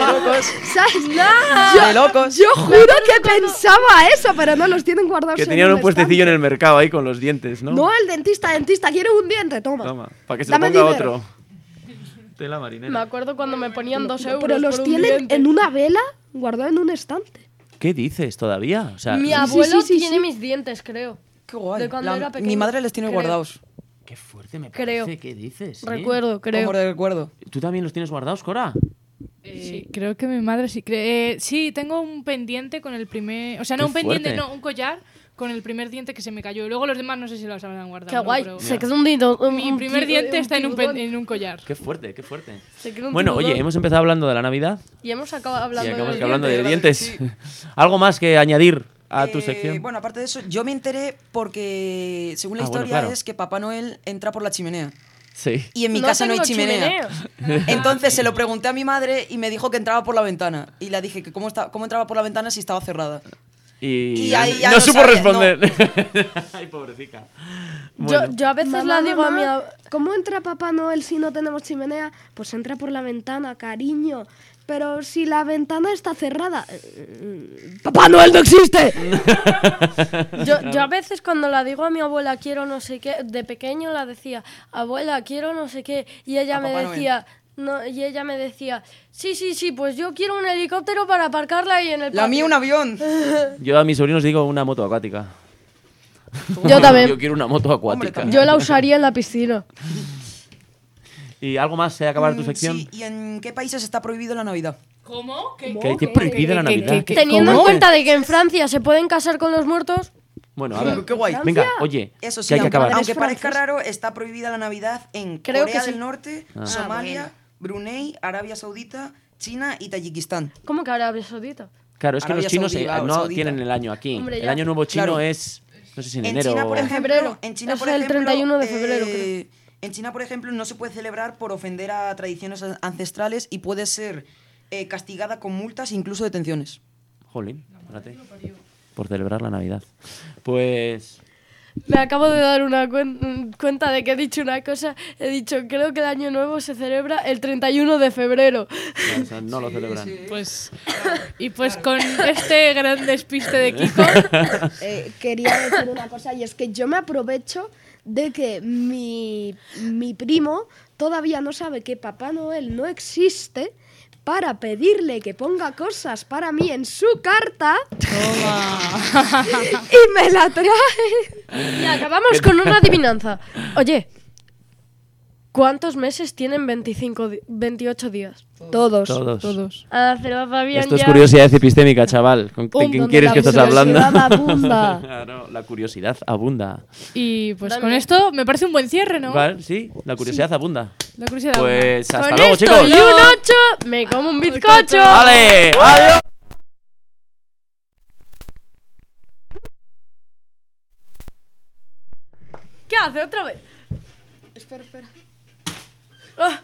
S5: locos.
S2: [LAUGHS]
S4: ¿Sabes?
S5: De locos.
S4: Yo juro que pensaba eso, pero no los tienen guardados.
S3: Que
S4: en
S3: tenían un puestecillo en
S4: estante.
S3: el mercado ahí con los dientes, ¿no?
S4: No, el dentista, dentista, quiero un diente, toma.
S3: Toma, para que se
S4: Dame
S3: lo ponga
S4: dinero.
S3: otro. Tela
S2: Me
S3: marinera.
S2: acuerdo cuando me ponían dos euros.
S4: Pero los
S2: por un
S4: tienen
S2: diente.
S4: en una vela guardado en un estante.
S3: ¿Qué dices todavía? O sea,
S2: Mi
S4: sí,
S2: abuelo
S4: sí, sí,
S2: tiene
S4: sí.
S2: mis dientes, creo.
S5: Qué guay.
S2: De cuando
S5: La-
S2: era pequeño,
S5: mi madre les tiene
S2: creo.
S5: guardados.
S3: qué fuerte me
S2: Creo.
S3: parece. ¿Qué dices? eh?
S2: Recuerdo, creo.
S5: Como de recuerdo.
S3: ¿Tú también los tienes guardados, Cora?
S1: Eh, Creo que mi madre sí cree. eh, sí, tengo un pendiente con el primer. O sea, no
S3: Qué
S1: un pendiente,
S3: fuerte.
S1: no, un collar con el primer diente que se me cayó. Y luego los demás no sé si los habrán guardado.
S2: Qué
S1: ¿no?
S2: guay.
S1: Pero-
S2: Se quedó un dito. un-
S1: Mi
S2: un
S1: primer
S2: ti-
S1: diente
S2: un
S1: está en un, pen-
S2: tiburón.
S1: en un collar.
S3: Qué fuerte, qué fuerte.
S2: Se quedó un
S3: Bueno, oye,
S2: tiburón.
S3: hemos empezado hablando de la Navidad
S2: Y hemos acabado
S3: y
S2: hablando
S3: acabamos
S2: de
S3: que hablando de
S5: dientes,
S3: dientes. [LAUGHS] ¿Algo más que añadir a Ah, tu
S5: Eh,
S3: sección?
S5: Bueno, aparte de eso, yo me enteré porque, según la
S3: Ah, bueno,
S5: historia,
S3: claro.
S5: es que Papá Noel entra por la chimenea.
S3: Sí.
S5: Y en mi
S2: No
S5: casa no hay
S2: tengo
S5: chimenea. [LAUGHS] Entonces se lo pregunté a mi madre y me dijo que entraba por la ventana. Y le dije que cómo, está, cómo entraba por la ventana si estaba cerrada.
S3: Y,
S5: Y ahí ya
S3: no
S5: no
S3: supo
S5: sabía,
S3: responder. [LAUGHS] Ay, pobrecita. Bueno,
S2: Yo, yo a veces
S4: Mamá,
S2: la digo a mi.
S4: mamá,
S2: ab-
S4: ¿Cómo entra Papá Noel si no tenemos chimenea? Pues entra por la ventana, cariño. Pero si la ventana está cerrada. eh, ¡Papá Noel no existe!
S2: Yo, yo a veces cuando la digo a mi abuela quiero no sé qué, de pequeño la decía, abuela quiero no sé qué, y ella
S5: A
S2: me
S5: Papá Noel.
S2: decía, no, y ella me decía, sí, sí, sí, pues yo quiero un helicóptero para aparcarla ahí en el
S5: La
S2: patio".
S5: mía un avión.
S3: yo a mis sobrinos digo una moto acuática.
S2: Yo
S3: Yo
S2: también.
S3: quiero una moto acuática.
S5: también.
S2: Yo la usaría en la piscina.
S3: ¿Y algo más se acabar tu
S5: Mm,
S3: sección?
S5: Sí, ¿y en qué países está prohibido la Navidad?
S1: ¿Cómo? ¿Qué?
S3: Que hay que prohibir la
S1: ¿Qué- qué-
S3: Navidad.
S1: qué-
S2: Teniendo en
S3: ¿Cómo?
S2: cuenta de que en Francia se pueden casar con los muertos,
S3: Bueno, a ver.
S5: Qué guay.
S3: Venga, oye,
S5: Eso sí,
S3: que hay que
S5: aunque,
S3: acabar.
S5: aunque
S4: Es
S5: parezca
S4: francés.
S5: raro, está prohibida la Navidad en
S2: Ah, Creo
S5: Corea
S2: que sí. Ah,
S5: del Norte,
S3: Ah.
S5: Somalia, Brunei, Arabia Saudita, China y Tayikistán.
S2: ¿cómo que Arabia Saudita?
S3: Claro, es que
S5: Arabia
S3: los chinos
S5: Saudí,
S3: eh,
S5: va, o
S3: no
S5: Saudita.
S3: tienen el año aquí.
S2: Hombre,
S3: el
S2: ya.
S3: año nuevo chino
S5: Claro.
S3: es, no sé si en,
S5: En
S3: enero
S5: China, por
S3: o-
S5: ejemplo,
S2: Febrero.
S5: En China,
S2: Es
S5: por
S2: el
S5: ejemplo,
S2: 31 de febrero,
S5: eh, En China, por ejemplo, no se puede celebrar por ofender a tradiciones an- ancestrales y puede ser eh, castigada con multas e incluso detenciones.
S3: Jolín, fíjate. Por celebrar la Navidad. Pues.
S2: Me acabo de dar una cuen- cuenta de que he dicho una cosa. He dicho, creo que el año nuevo se celebra el 31 de febrero.
S3: claro, o sea, no lo celebran.
S1: Pues, y pues con este gran despiste de Kiko,
S4: Eh, quería decir una cosa y es que yo me aprovecho de que mi, mi primo todavía no sabe que Papá Noel no existe para pedirle que ponga cosas para mí en su carta y me la trae.
S2: Y acabamos con una adivinanza. Oye, ¿cuántos meses tienen 25 di- 28 días?
S4: Todos.
S3: Todos.
S1: todos.
S2: Ah, se lo sabían
S3: Esto es
S2: ya.
S3: curiosidad epistémica, chaval. ¿Con
S4: Pum,
S3: ¿De quién
S4: donde
S3: quieres
S4: la
S3: que estás hablando?
S4: curiosidad abunda.
S3: [LAUGHS] Claro, la curiosidad abunda.
S1: Y pues
S2: Dale.
S1: con esto me parece un buen cierre, ¿no?
S3: ¿Vale? Sí, la curiosidad abunda.
S1: La curiosidad.
S3: Pues hasta
S2: Con
S3: luego,
S2: esto
S3: chicos.
S2: y un 8, me como un bizcocho.
S3: ¡Vale! ¡Adiós!
S2: ¿Qué hace otra vez?
S4: Espera, espera.
S2: Ah,